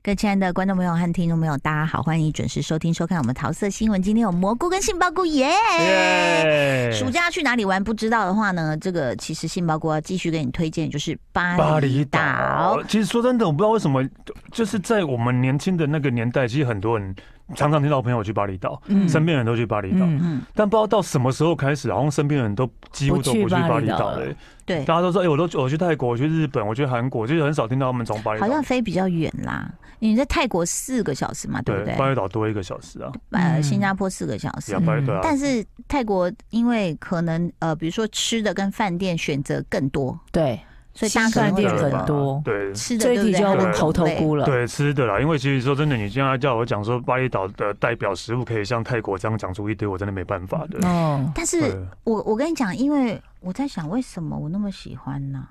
各位亲爱的观众朋友和听众朋友，大家好，欢迎准时收听收看我们桃色新闻。今天有蘑菇跟杏鲍菇耶！耶暑假去哪里玩不知道的话呢，这个其实杏鲍菇要继续给你推荐，就是巴巴厘厘岛岛。，其实说真的，我不知道为什么，就是在我们年轻的那个年代，其实很多人常常听到朋友去巴厘岛，嗯身边人都去巴厘岛，嗯，嗯，但不知道到什么时候开始，好像身边人都几乎都不去巴厘岛了。对，大家都说，哎、我都我去泰国，我去日本，我去韩国，就是很少听到他们从巴厘岛好。像飞比较远啦。你在泰国四个小时嘛，对不对？巴厘岛多一个小时啊，呃，嗯新加坡四个小时对啊，。巴厘岛啊。嗯但是泰国因为可能呃，比如说吃的跟饭店选择更多，对，所以大家新可能饭会店觉得很多对吃的这一对不题对就要问很猴头种类菇了。对吃的啦，因为其实说真的，你现在叫我讲说巴厘岛的代表食物可以像泰国这样讲出一堆，我真的没办法的。哦，但是对，我我跟你讲，因为我在想为什么我那么喜欢呢、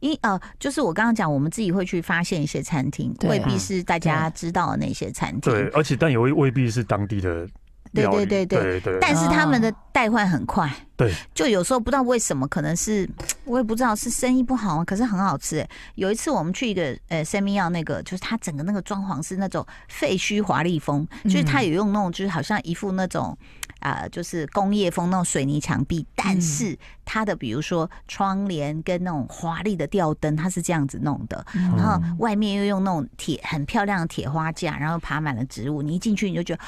因呃，就是我刚刚讲，我们自己会去发现一些餐厅，对未必是大家知道的那些餐厅，对，而且但也未未必是当地的对料理，对对对对但是他们的代换很快，对，就有时候不知道为什么，可能是我也不知道是生意不好啊，可是很好吃、欸。有一次我们去一个呃三明药那个，就是它整个那个装潢是那种废墟华丽风，就是它有用那种就是好像一副那种啊、呃就是工业风那种水泥墙壁，但是它的比如说窗帘跟那种华丽的吊灯，它是这样子弄的，嗯然后外面又用那种铁很漂亮的铁花架，然后爬满了植物，你一进去你就觉得。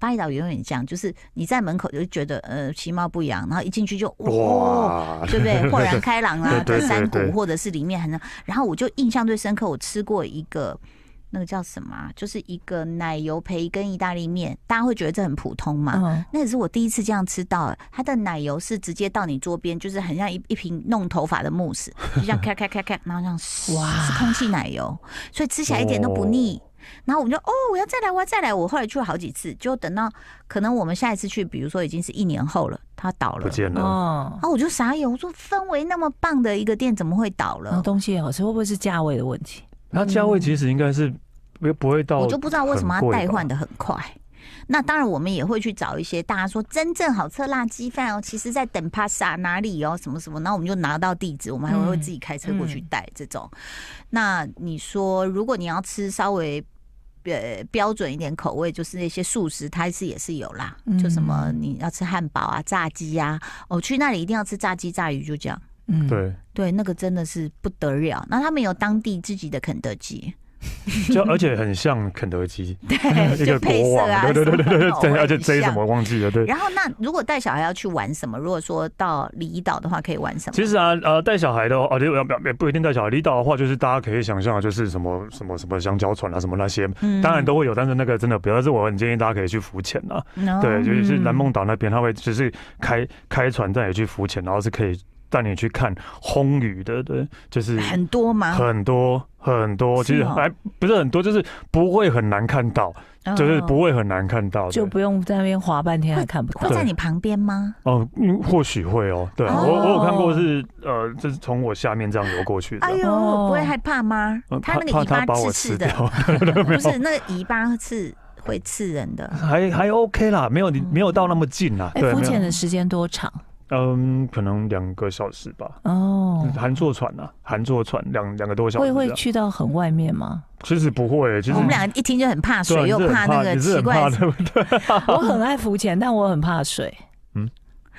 巴厘岛永远这样，就是你在门口就觉得呃其貌不扬，然后一进去就哇，哇，，对不对？豁然开朗啊对对在山对谷对或者是里面很，然后我就印象最深刻，我吃过一个那个叫什么啊，就是一个奶油培根意大利面，大家会觉得这很普通嘛，嗯，那也是我第一次这样吃到，它的奶油是直接到你桌边，就是很像一一瓶弄头发的慕斯，就像咔咔咔咔，然后这样撕，哇是空气奶油，所以吃起来一点都不腻。然后我们就哦，我要再来，我要再来。我后来去了好几次，就等到可能我们下一次去，比如说已经是一年后了，它倒了不。见了。哦然，后我就傻眼，我说氛围那么棒的一个店，怎么会倒然后了？东西也好吃，会不会是价位的问题？它价位其实应该是不不会到，我就不知道为什么它代换的。的很快。那当然，我们也会去找一些大家说真正好吃的辣鸡饭哦，其实在等帕萨哪里哦，什么什么，然后我们就拿到地址，我们还会嗯自己开车过去带这种。那你说，如果你要吃稍微呃标准一点口味，就是那些素食，它是也是有啦，嗯就什么你要吃汉堡啊、炸鸡啊，哦，去那里一定要吃炸鸡、炸鱼，就这样。嗯，，对，对，那个真的是不得了。那他们有当地自己的肯德基，就而且很像肯德基， 对，一就个配国色王，啊，对对对对对什么口味对，而且很 J 什像么忘记了，对。然后，那如果带小孩要去玩什么？如果说到离岛的话，可以玩什么？其实啊，呃，带小孩的话，哦，对，不也不一定带小孩。离岛的话，就是大家可以想象，的就是什么什么什么香蕉船啊，什么那些，嗯当然都会有，但是那个真的不要。但是我很建议大家可以去浮潜啊， No 对，尤其是南嗯梦岛那边，他会只是开开船带你去浮潜，然后是可以带你去看轰雨的，对，就是很多吗？很多很多，是其实哦还不是很多，就是不会很难看到，嗯就是不会很难看到，就对不用在那边滑半天还看不会到。在你旁边吗？哦，嗯或许会哦，对啊我我有看过哦是呃，就是从我下面这样游过去的哎。呦，哦不会害怕吗呃？它怕那怕个他尾巴把我刺吃刺掉 的，，不是那个尾巴刺会刺人的。还还 OK 啦，没有你没有到那么近啦。哎，对，浮没有潜的时间多长？嗯，可能两个小时吧。嗯哦，韩坐船啊，韩坐船两两个多小时会这会样。去到很外面 吗？其实不会，其实我们两个一听就很怕对啊水，又你是很那个你是奇很怪怕的。对不对？我很爱浮潜，但我很怕水。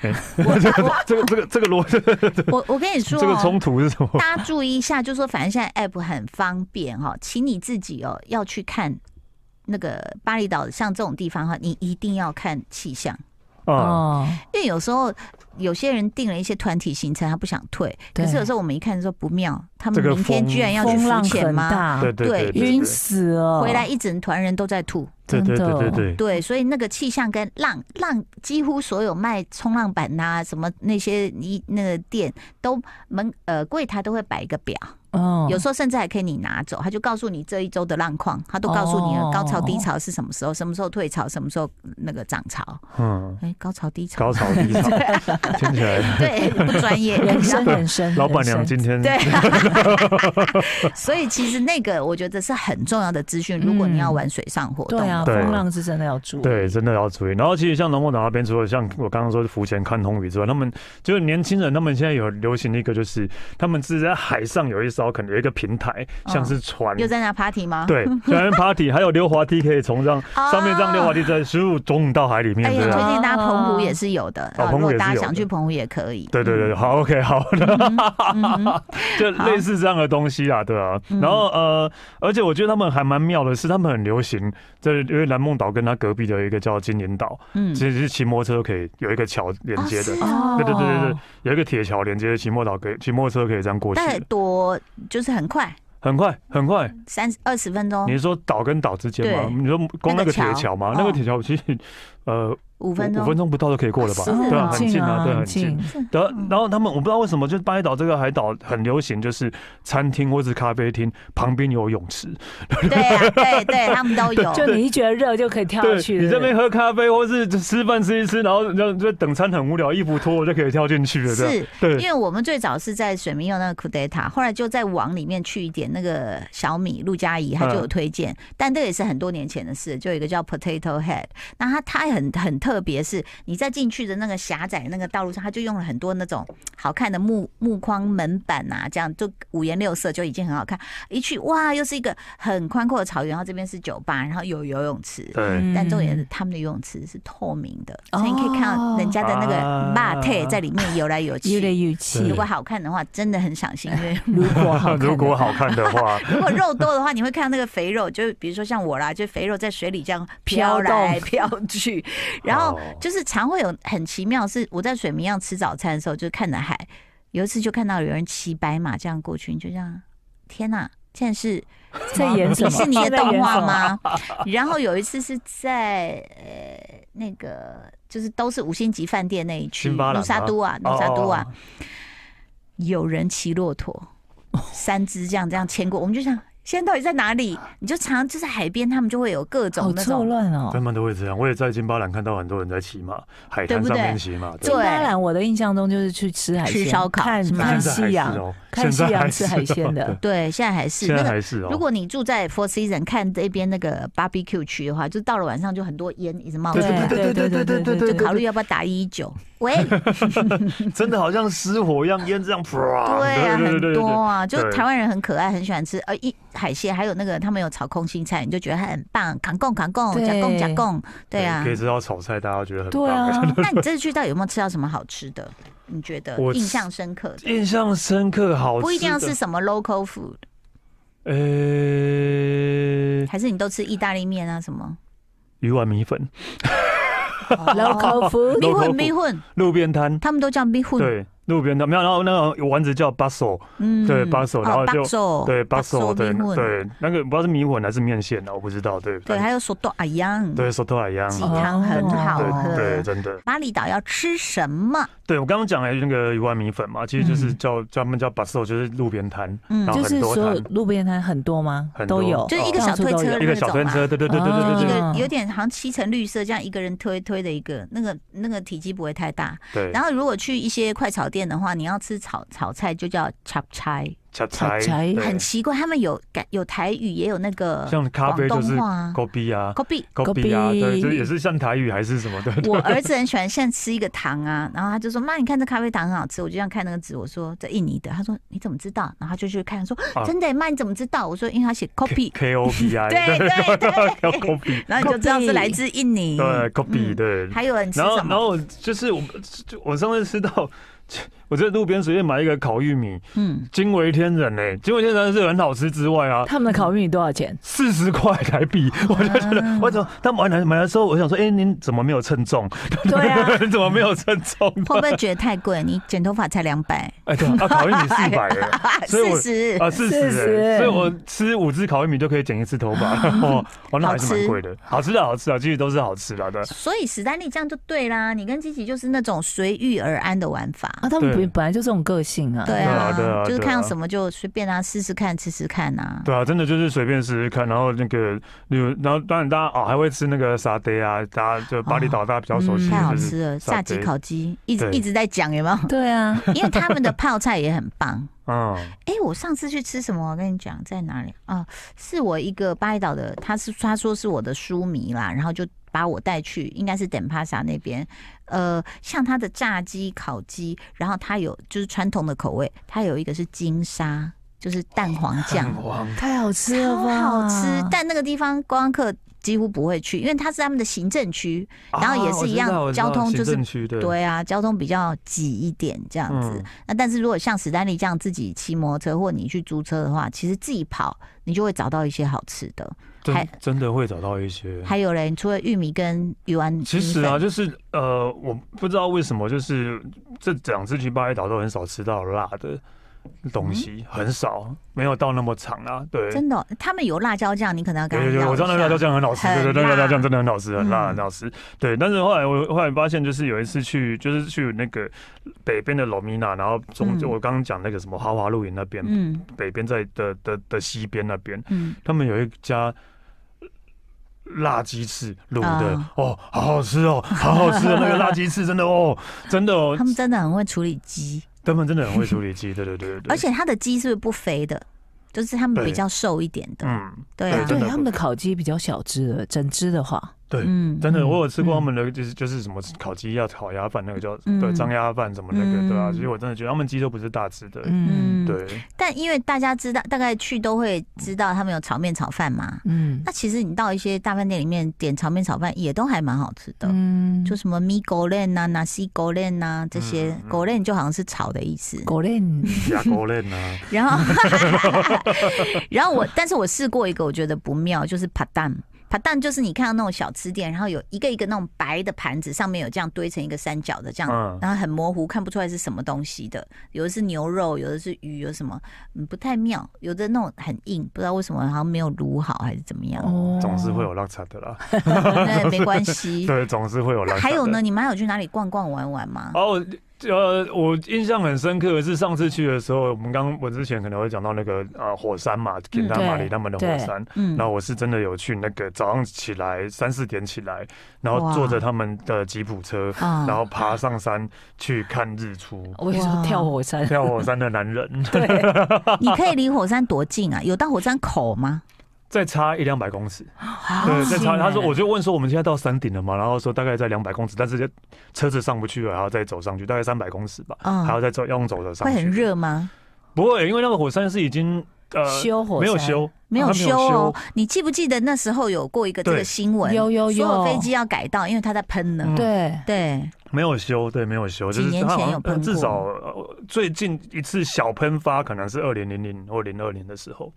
这个这个这个 逻啊辑，我我跟你说哦， 这个冲突是什 么？大家注意一下，就说反正现在 app 很方便哈、哦，请你自己哦要去看那个巴厘岛，像这种地方哈，你一定要看气象，啊，哦，因为有时候有些人订了一些团体行程，他不想退，可对是有时候我们一看说不妙，他这们个明天风居然要去风浮浪潜很吗？大，对对对对，晕死了。回来一整团人都在吐，对对真的对对对。对，所以那个气象跟浪浪，几乎所有卖冲浪板呐、什么那些一那个店都门呃柜台都会摆一个表。哦，有时候甚至还可以你拿走，他就告诉你这一周的浪况，他都告诉你了哦高潮低潮是什么时候，什么时候退潮，什么时候那个涨潮。嗯，哎，高潮低潮，高潮 低潮，听起来对，不专业，人生然后很深，老板人娘生今天对，啊 所以其实那个我觉得是很重要的资讯。如果你要玩水上活动，对嗯啊，对风浪是真的要住。对，真的要注意。然后其实像龙凤岛那边，除了像我刚刚说的浮潜、看红鱼之外，他们就是年轻人，他们现在有流行的一个，就是他们是在海上有一艘，可能有一个平台，嗯像是船。又在那 party 吗？ 对，就像 party，还有溜滑梯可以从上 啊上面这样溜滑梯，在十五中到海里面哎呀，这推样。荐大家澎湖也是有的，哦啊如澎湖果也是大家有的想去澎湖也可以。对对对，好，OK，好，嗯哼 嗯就类似这样的东西啊，对啊。然后呃，而且我觉得他们还蛮妙的是，他们很流行，就是因为蓝梦岛跟它隔壁的一个叫金莲岛，嗯，其实是骑摩托车可以有一个桥连哦接的。是哦哦对对对对对，有一个铁桥连接骑摩托可以骑摩托车可以这样过去大概的，多就是很快，很快很快。三二十分钟你，是说岛跟岛之间吗？哦对你说光那个铁那个桥桥吗？哦那个铁桥其实呃五五分钟，五分钟不到就可以过了吧？是啊对啊，很很近啊，啊，对，很很近。近。然后，然后他们我不知道为什么，就是巴厘岛这个海岛很流行，就是餐厅或是咖啡厅旁边有泳池，对啊，对对，他们都 有。就你一觉得热就可以啊跳对下去。你对这不对边喝咖啡或是吃饭吃一吃，然后就就等餐很无聊，衣服脱了就可以跳进去了，这样是因为对我们最早是在水明用那个 Kudeta，后来就再往里面去一点，那个小米陆佳怡她嗯就有推荐，但这个也是很多年前的事，就有一个叫 Potato Head，那它它很很特别，是你在进去的那个狭窄那个道路上，它就用了很多那种好看的木木框门板啊，这样就五颜六色就已经很好看。一去哇，又是一个很宽阔的草原，然后这边是酒吧，然后有游泳池，对。但重点是他们的游泳池是透明的，所以你可以看哦到人家的那个啊 b 退在里面游来游有点去。语气。如果好看的话，真的很赏 心悦目。如果好 看，如果好看的话，如果肉多的话，你会看到那个肥肉，就比如说像我啦，就肥肉在水里这样飘飘动来飘去，然后哦就是常会有很奇妙，是我在水明漾吃早餐的时候，就看着海，有一次就看到有人骑白马这样过去，你就这样，天哪！现在是在演什么迪士尼的在哦演动画什么吗？ 然后有一次是在呃那个就是都是五星级饭店那一区，辛巴兰吗努沙都啊，努沙都啊哦，有人骑骆驼，三只这样这样牵过，我们就想现在到底在哪里？你就常就是海边，他们就会有各好种那错种。乱哦他。们都会这样。我也在金巴兰看到很多人在骑马，海对滩不上对面骑马，对当然，我的印象中就是去吃海鲜、吃烧烤看是吗现看在还夕是阳、哦啊看夕现在阳还吃是海鲜 的哦对，现在还是对现那个。在还是哦。如果你住在 Four Season 看这边那个 barbecue 区的话，就到了晚上就很多烟一直冒出来，对对对对对就考虑要不要打一一九。 喂，真的好像失火一样，烟这样啪，对啊，很多啊，就对台湾人很可爱，很喜欢吃呃一海鲜，还有那个他们有炒空心菜，你就觉得它很棒，扛贡扛贡，对夹贡夹贡，对啊，可。以吃到炒菜，大家觉得很棒。对啊对那你这次去到底有没有吃到什么好吃的？你觉得我吃印象深刻的？印象深刻，好吃的不一定要是，什么 local food，呃、还是你都吃意大利面啊什么？鱼丸米粉， local food 米 local 混 food 米混，路边摊，他们都叫米混。对，路边摊，没有，然后那个丸子叫 basso，嗯对，basso，然后就就对 basso，对米混，对，那个不知道是米粉还是面线啊，我不知道，对，对，还有索多阿央，对，手头一样，鸡对汤很好哦对，喝。真的。巴厘岛要吃什么？对我刚刚讲的那个鱼丸米粉嘛，其实就是叫专门叫 basso，就是路边摊，嗯然后就是很多所有摊，路边摊很多吗很？多都有，就是一个到小处推都车有一个小推车，对对对对对一对个嗯有点好像漆成绿色，这样一个人推推的一个，那个那个体积不会太大。对对然，后如果去一些快炒店的话，你要吃炒炒菜就叫 chap chai，炒菜炒菜对很奇怪，他们有感有台语，也有那个像咖啡就是广东话啊 g o b i 啊 kopi。 g o b i 啊， Kopi 对，就是也是像台语还是什么的， 我儿子很喜欢，现在吃一个糖啊，然后他就说：“妈，你看这咖啡糖很好吃。”我就这样看那个纸，我说：“这印尼的。”他说：“你怎么知道？”然后他就去看，说啊：“真的耶，妈，你怎么知道？”我说：“因为 他写 copy。 K O B I，对对对 g o 对 b i ”然后你就知道是来自印尼。对 g o b i 嗯对。还有人吃然后什然么？后就是我就我上次吃到，我在路边随便买一个烤玉米，嗯，惊为天人嘞、惊为天人是很好吃之外啊，他们的烤玉米多少钱？四十块台币，我就觉啊得，我怎么他买来买的时候，我想说，哎、您怎么没有称重？对啊， 你怎么没有 称重？会不会觉得太贵？你剪头发才两 百，哎、对啊，啊烤玉米四百、欸，所以我四十， 啊，四十、 40欸，所以我吃五只烤玉米就可以剪一次头发， 哦，哦，那还是蛮贵的，好吃的好吃啊，其实都是好吃的，对，所以史丹利这样就对啦。你跟基奇就是那种随遇而安的玩法，啊。啊，他们对本本来就这种个性啊，对啊对啊就是对看到啊什么就随便啊，试试看，吃吃看啊。对啊，真的就是随便试试看，然后那个，例如，然后当然大家哦还会吃那个沙爹啊，大家就巴厘岛大家比较熟悉，嗯太好就是吃了，撒炸鸡堆烤鸡一直对一直在讲，有没 有？对 啊，因为他们的泡菜也很棒。嗯，哎、我上次去吃什么？我跟你讲，在哪里啊、是我一个巴厘岛的，他是他说是我的书迷啦，然后就把我带去，应该是等帕萨那边。呃，像他的炸鸡、烤鸡，然后他有就是传统的口味，他有一个是金沙，就是蛋黄酱，黄太好吃了超吧，好吃。但那个地方观光客几乎不会去，因为它是他们的行政区，然后也是一样啊我知道交通我知道就是行政区的，对啊，交通比较挤一点这样子。嗯那但是如果像史丹利这样自己骑摩托车或你去租车的话，其实自己跑你就会找到一些好吃的。还真真的会找到一些。还有嘞，除了玉米跟鱼丸，其实啊，，就是呃，我不知道为什么，就是这两次去巴厘岛都很少吃到辣的东嗯西，很少，没有到那么长啊。对，真的哦、他们有辣椒酱，你可能要跟有他有有，要我知道那个辣椒酱很好吃，对对，那很个辣椒酱辣真的很好吃，很辣嗯很好吃。对，但是后来我后来发现，就是有一次去，就是去那个北边的罗米娜，然后中嗯我刚刚讲那个什么豪华露营那边，嗯北边在的的的西边那边，嗯，他们有一家辣鸡翅卤的啊，哦，好好吃哦，好好吃的那个辣鸡翅，真的哦，真的哦他，们真的很会处理鸡，他们真的很会处理鸡，对对对对对，而且它的鸡是不是不肥的？就是他们对比较瘦一点的，嗯，对啊，真对的他们的烤鸡比较小只的，整只的话，对。嗯真的，嗯我有吃过他们的，就是就是什么烤鸡啊、烤鸭饭那个叫，嗯对，张鸭饭什么那个，对啊，嗯所以我真的觉得他们鸡都不是大只的，嗯对，但因为大家知道，大概去都会知道他们有炒面、炒饭嘛。嗯那其实你到一些大饭店里面点炒面、炒饭，也都还蛮好吃的。嗯，就什么米狗链呐、纳西狗链呐这些嗯，嗯狗链就好像是炒的意思。狗链， 牙膏链 啊，然后， 然后我，但是我试过一个，我觉得不妙，就是帕蛋。帕蛋就是你看到那种小吃店，然后有一个一个那种白的盘子，上面有这样堆成一个三角的这样，嗯然后很模糊，看不出来是什么东西的。有的是牛肉，有的是鱼，有什么嗯不太妙，有的那种很硬，不知道为什么好像没有卤好还是怎么样。哦总是会有落差的啦，那没关系。 对，总是会有落那差。还有呢？？你们还有去哪里逛逛玩玩吗？哦，呃，我印象很深刻的是上次去的时候，我们刚我之前可能会讲到那个呃火山嘛，肯达马里对他们的对火山，嗯然后我是真的有去那个早上起来三四点起来，然后哇坐着他们的吉普车，啊然后爬上山去看日出。我跟你哇说跳火山， 跳火山的男人， 你可以离火山多近啊？有到火山口吗？啊 再差一两百公尺，好对，再差。近他说，欸我就问说，我们现在到山顶了嘛？然后说大概在两百公尺，但是车子上不去了，还要再走上去，大概三百公尺吧，嗯还要再走，要用走的上会去。很热吗？不会，因为那个火山是已经呃修火山啊没有修，没有它修哦，你记不记得那时候有过一个这个对新闻？有有有所有飞机要改道，因为它在喷呢。嗯对，对，没有修，对，没有修，几就是年它前好像有喷呃至过少、呃最近一次小喷发可能是二零零零或零二年的时候，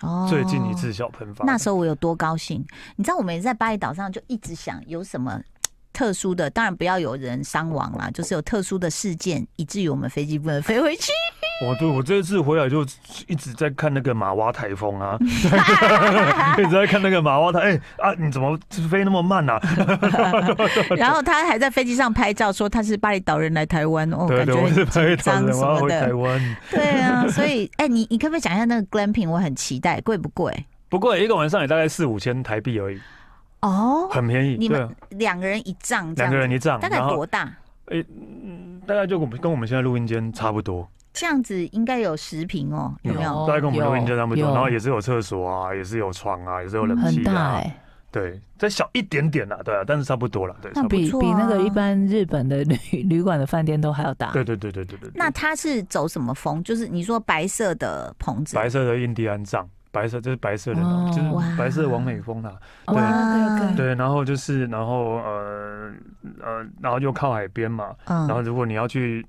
哦最近一次小喷发。那时候我有多高兴？你知道我们也在巴厘岛上就一直想有什么。特殊的，当然不要有人伤亡啦，就是有特殊的事件，以至于我们飞机不能飞回去。我对我这次回来就一直在看那个马哇台 风啊， 一直在看那个马哇台，哎、啊，你怎么飞那么慢啊？ 然后他还在飞机上拍照，说他是巴厘岛人来台湾哦，对感对，觉我很是拍张台湾，什我么要回的台湾。对 啊，所以哎、你你可不可以讲一下那个 glamping？我很期待，贵不贵？不过一个晚上也大概四五千台币而已，哦，很便宜。你对啊，们两个人一丈这两样个人子，一帐，大概然后多大？大概就跟我们跟我们现在录音间差不多，嗯这样子应该有十平哦，有没有？有大概跟我们录音间差不多，有然后也是有厕所啊，也是有床啊，也是有冷很气大啊，哎，对，再小一点点啦，对啊，但是差不多了，对，差不那多，比差不多比啊那个一般日本的旅 旅馆的饭店都还要大，对对对对对对，对那它是走什么风？就是你说白色的棚子，白色的印第安帐，白色就是白色的哦，就是哇白色的王美风啦，哦对，OK，OK 嗯对，然后就是然后呃呃，然后又靠海边嘛，嗯然后如果你要去。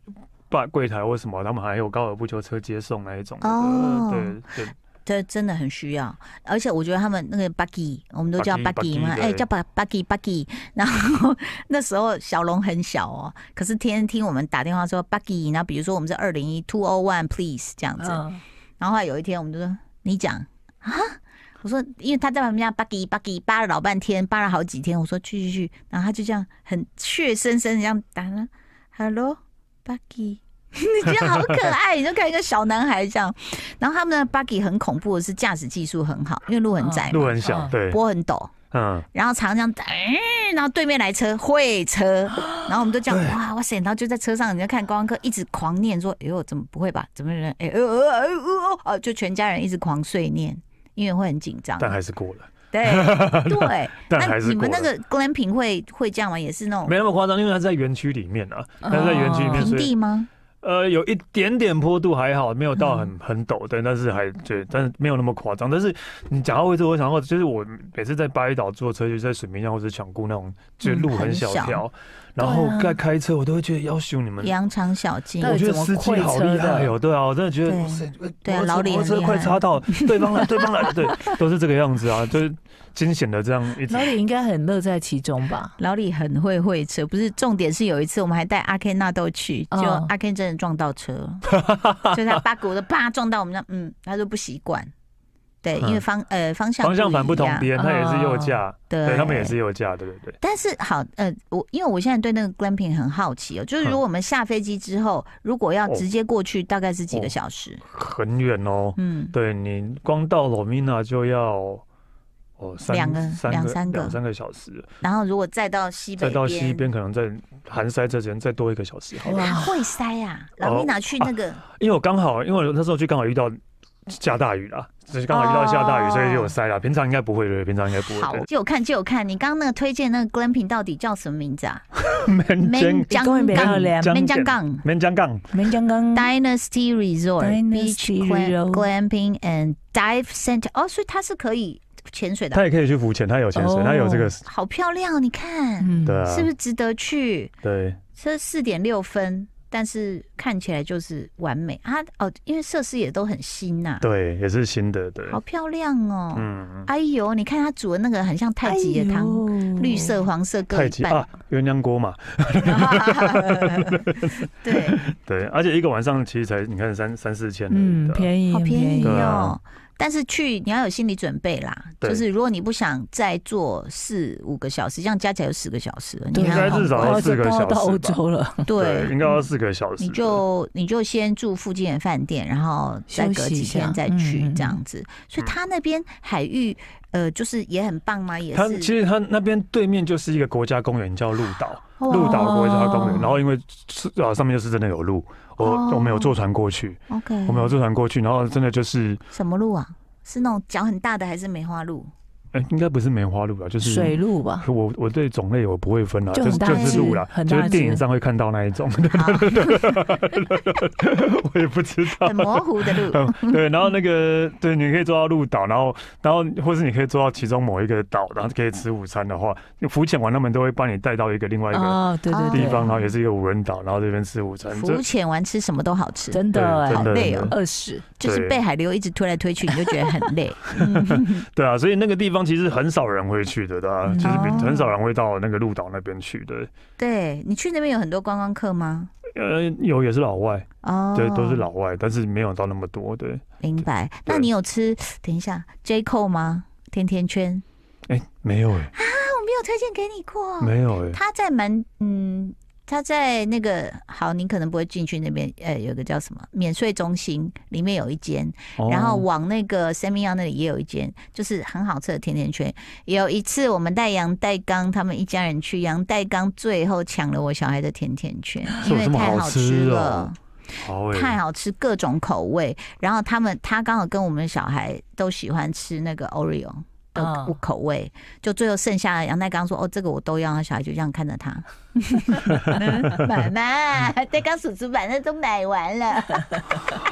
办柜台或什么，他们还有高尔夫球车接送那一种的，哦对对，这真的很需要。而且我觉得他们那个 buggy，我们都叫 Buggy， buggy 嘛， Buggy，哎，对叫 bug buggy buggy。然后 那时候小龙很小哦，可是天天听我们打电话说 buggy，然后比如说我们是二零一 two o one please 这样子，嗯，然后后来有一天，我们就说：“你讲啊？”我说：“因为他在旁边巴唧巴唧扒了老半天，扒了好几天。”我说：“去去去。”然后他就这样很怯生生地这样打呢，“Hello，巴唧 你觉得好可爱，你就看一个小男孩这样。然后他们的 buggy 很恐怖的是驾驶技术很好，因为路很窄嘛，哦路很小，嗯对，坡很陡，嗯，然后常常这样，嗯然后对面来车会车，然后我们就这样对哇哇塞，然后就在车上，人家看观光客一直狂念说，哎呦怎么不会吧？怎么人哎呦哎呦哦哦，就全家人一直狂碎念，因为会很紧张。但还是过了，对对， 但那还是你过们那了。个 glamping 会会这样吗？也是那种没那么夸张，因为它是在园区里面啊，它是在园区里面，平哦所以地吗？呃，有一点点坡度还好，没有到嗯很很陡，对，但是还对，但是没有那么夸张。但是你讲到会车，我想到就是我每次在巴厘岛坐车，就是在水面上或者抢姑那种，就是嗯路很很小小条，然后对啊在开车，我都会觉得要求你们。羊肠小径到我底觉得怎么司机会好车厉害的哦，对啊，我真的觉得对哇塞，呃对啊摩托车老李摩托很车厉快害插到对 方了，对方了，对，都是这个样子啊，就是惊险的这样一直老。李应该很乐在其中吧？老李很会会车，不是重点是有一次我们还带阿 Ken 纳豆去，就嗯阿 Ken 真的撞到车 了，就他八股的叭撞到我们那，嗯，他说不习惯，对，嗯因为方呃方向方向盘不同一样，嗯边，他也是右哦驾，对对他们也是右驾，对对对。但是好，呃，我因为我现在对那个 glamping 很好奇哦，就是如果我们下飞机之后，如果要直接过去，大概是几个小时？很远哦。嗯，对你光到罗米娜就要哦三两个三两个三个两三个小时，然后如果再到西北再到西，边可能在含塞这之前再多一个小时好了。啊会塞啊，老米娜去那个因为我刚好，因为我那时候去刚好遇到下大雨啦，只是刚好遇到下大雨，哦所以就有塞啦。平常应该不会的，平常应该不会好 的。就有看就有看，你刚刚那个推荐那个 glamping 到底叫什么名字啊？门江江江港港江门江港门江杠，们刚刚 Dynasty Resort Beach Dynasty cla- Resort Glamping and Dive Center 哦，所以它是可以潜水的，他也可以去浮潜，他有潜水，哦他有这个，好漂亮哦！你看嗯对啊是不是值得去？对，这四点六分，但是看起来就是完美啊！哦，因为设施也都很新呐，对，也是新的，对，好漂亮哦！嗯，哎呦，你看他煮的那个很像太极的汤，哎呦绿色、黄色各太一极半。啊，鸳鸯锅嘛， 对，对，而且一个晚上其实才你看三三四千而已嗯，的啊，便宜，好很便宜对哦啊。但是去你要有心理准备啦，对就是如果你不想再坐四五个小时，这样加起来有十个小时了，你对还应该要至少然要后四就个到小到欧时吧。洲了，对，应对，该要四个小时。你就你就先住附近的饭店，然后再隔休息几一下天再嗯去嗯嗯这样子。所以他那边海域呃，就是也很棒嘛，也它其是实它那边对面就是一个国家公园，叫鹿岛，哇鹿岛国家公园。哦然后因为是啊，上面就是真的有鹿，我哦我们有坐船过去， OK，我们有坐船过去，然后真的就是，什么路啊？是那种脚很大的还是梅花 鹿？哎，应该不是梅花鹿吧，就是水路吧，我我对种类我不会分啦，啊就就很是大就是只鹿啦，很就大是电影只上会看到那一种，好， 我也不知道很。模糊的 路。嗯对，然后那个对，你可以坐到鹿岛，然后然后或是你可以坐到其中某一个岛，然后可以吃午餐的话，浮潜完他们都会帮你带到一个另外一个哦，对对地对，方，然后也是一个无人岛，然后这边吃午餐，浮这潜完吃什么都好吃，真对的真哎，好的累真哦的二十，就是对被海流一直推来推去，你就觉得很累。对啊，所以那个地方其实很少人会去的，对啊，嗯就是比哦很少人会到那个鹿岛那边去的。对你去那边有很多观光客吗？呃，有也是老外，哦，对，都是老外，但是没有到那么多，对。明白。对那你有吃？等一下，J Cole 吗？甜甜圈？哎，没哦有哎，我没有推荐给你过。没有哎，他在蛮嗯，他在那个好，你可能不会进去那边，呃，有个叫什么免税中心，里面有一间，哦然后往那个 s a m i y a 那里也有一间，就是很好吃的甜甜圈。有一次我们带杨代刚他们一家人去，杨代刚最后抢了我小孩的甜甜圈，因是有为这么太好好吃吃哦了。好哎，太好吃，各种口味。然后他们他刚好跟我们小孩都喜欢吃那个 Oreo 的嗯口味，就最后剩下的杨代刚说：“哦，这个我都要。”他小孩就这样看 着他，妈妈，代刚叔叔把那都买完 了。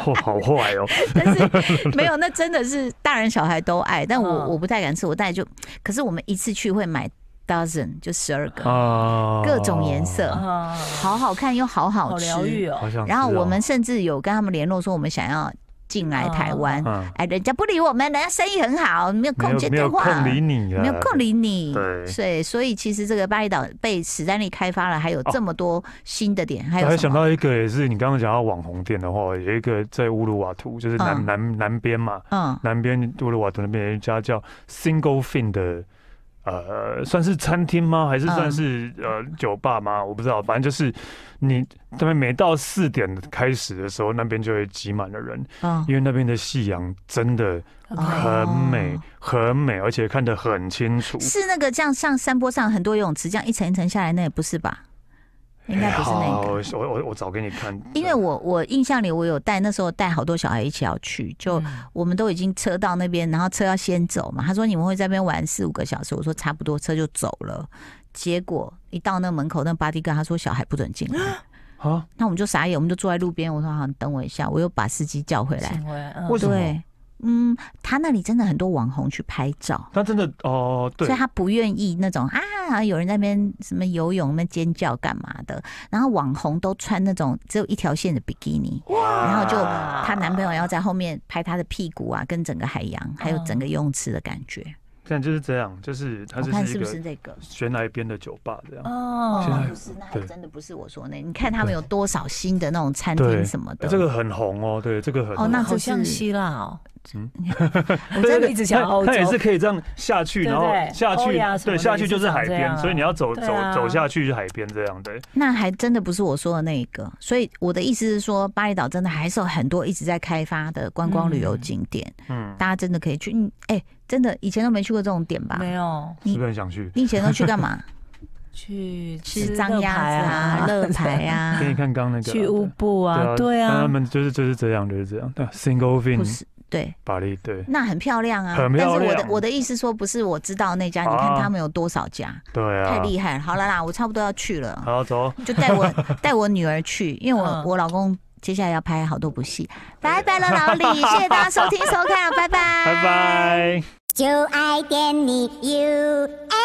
哦好坏 哦，但是没有，那真的是大人小孩都爱，但我嗯我不太敢吃，我大概就，可是我们一次去会买 dozen 就十二个，啊，各种颜色，啊，好好看又好好好吃。疗愈好哦，想吃哦。然后我们甚至有跟他们联络说，我们想要进来台湾，嗯，哎，人家不理我们，人家生意很好，没有没嗯空接有没电有话空，理你啊，没有空理你。对对，所以其实这个巴厘岛被史丹利开发了，还有这么多新的点，还哦我还有什想么？到一个，也是你刚刚讲到网红店的话，有一个在乌鲁瓦图，就是南、嗯南南边嘛，嗯，南边乌鲁瓦图那边有一家叫 Single Fin 的呃，算是餐厅吗？还是算嗯是、呃酒吧吗？我不知道，反正就是你他们每到四点开始的时候，那边就会挤满了人，嗯，因为那边的夕阳真的哦很美，很美，而且看得很清楚。是那个这样像山坡上很多游泳池这样一层一层下来，那也不是吧？应该不是那个。哎好我我我找给你看，因为我我印象里，我有带那时候带好多小孩一起要去，嗯就我们都已经车到那边，然后车要先走嘛。他说你们会在那边玩四五个小时，我说差不多，车就走了。结果一到那门口，那巴蒂哥他说小孩不准进来，啊，那我们就傻眼，我们就坐在路边。我说好，你等我一下，我又把司机叫回来。请回来，为嗯什么对，嗯，他那里真的很多网红去拍照。他真的哦、对所以，他不愿意那种啊，有人在那边什么游泳、那尖叫干嘛的。然后网红都穿那种只有一条线的比基尼，哇然后就啊她男朋友要在后面拍她的屁股啊，跟整个海嗯洋还有整个游泳池的感觉。现在就是这样，就是它我就看是是一不是个这个？悬崖边的酒吧这样。现哦在哦，不是，那还对真的不是我说那。你看他们有多少新的那种餐厅对什么的，这个很红哦，对，这个很哦那这好像是希腊哦，我对真的对一直想它欧洲它也是可以这样下去，对然后对下欧去亚，什么对，的下也去是就是长海这边，样所以你要走对走啊走下去是海边这样对，那还真的不是我说的那一个。所以我的意思是说，巴厘岛真的还是有很多一直在开发的观光旅游嗯景点。嗯，大家真的可以去。嗯，哎、真的以前都没去过这种点吧？没有是不是很想去？你以前都去干 嘛？去吃乐脏鸭排子 啊、乐 牌啊嗯给，你看刚刚那个去乌布啊，对他啊，们就是就是这样就是这样对，single 啊不 fin 是？对，巴黎对那很漂亮啊。很漂但亮是我的我的意思说，不是我知道那家，啊你看他们有多少家，对啊，太厉害了。好了啦，我差不多要去了， 好走，就带我带我女儿去，因为我、嗯我老公。接下来要拍好多部戏，拜拜了，老李，谢谢大家收听收看，拜拜，拜拜。就爱点你 UFO。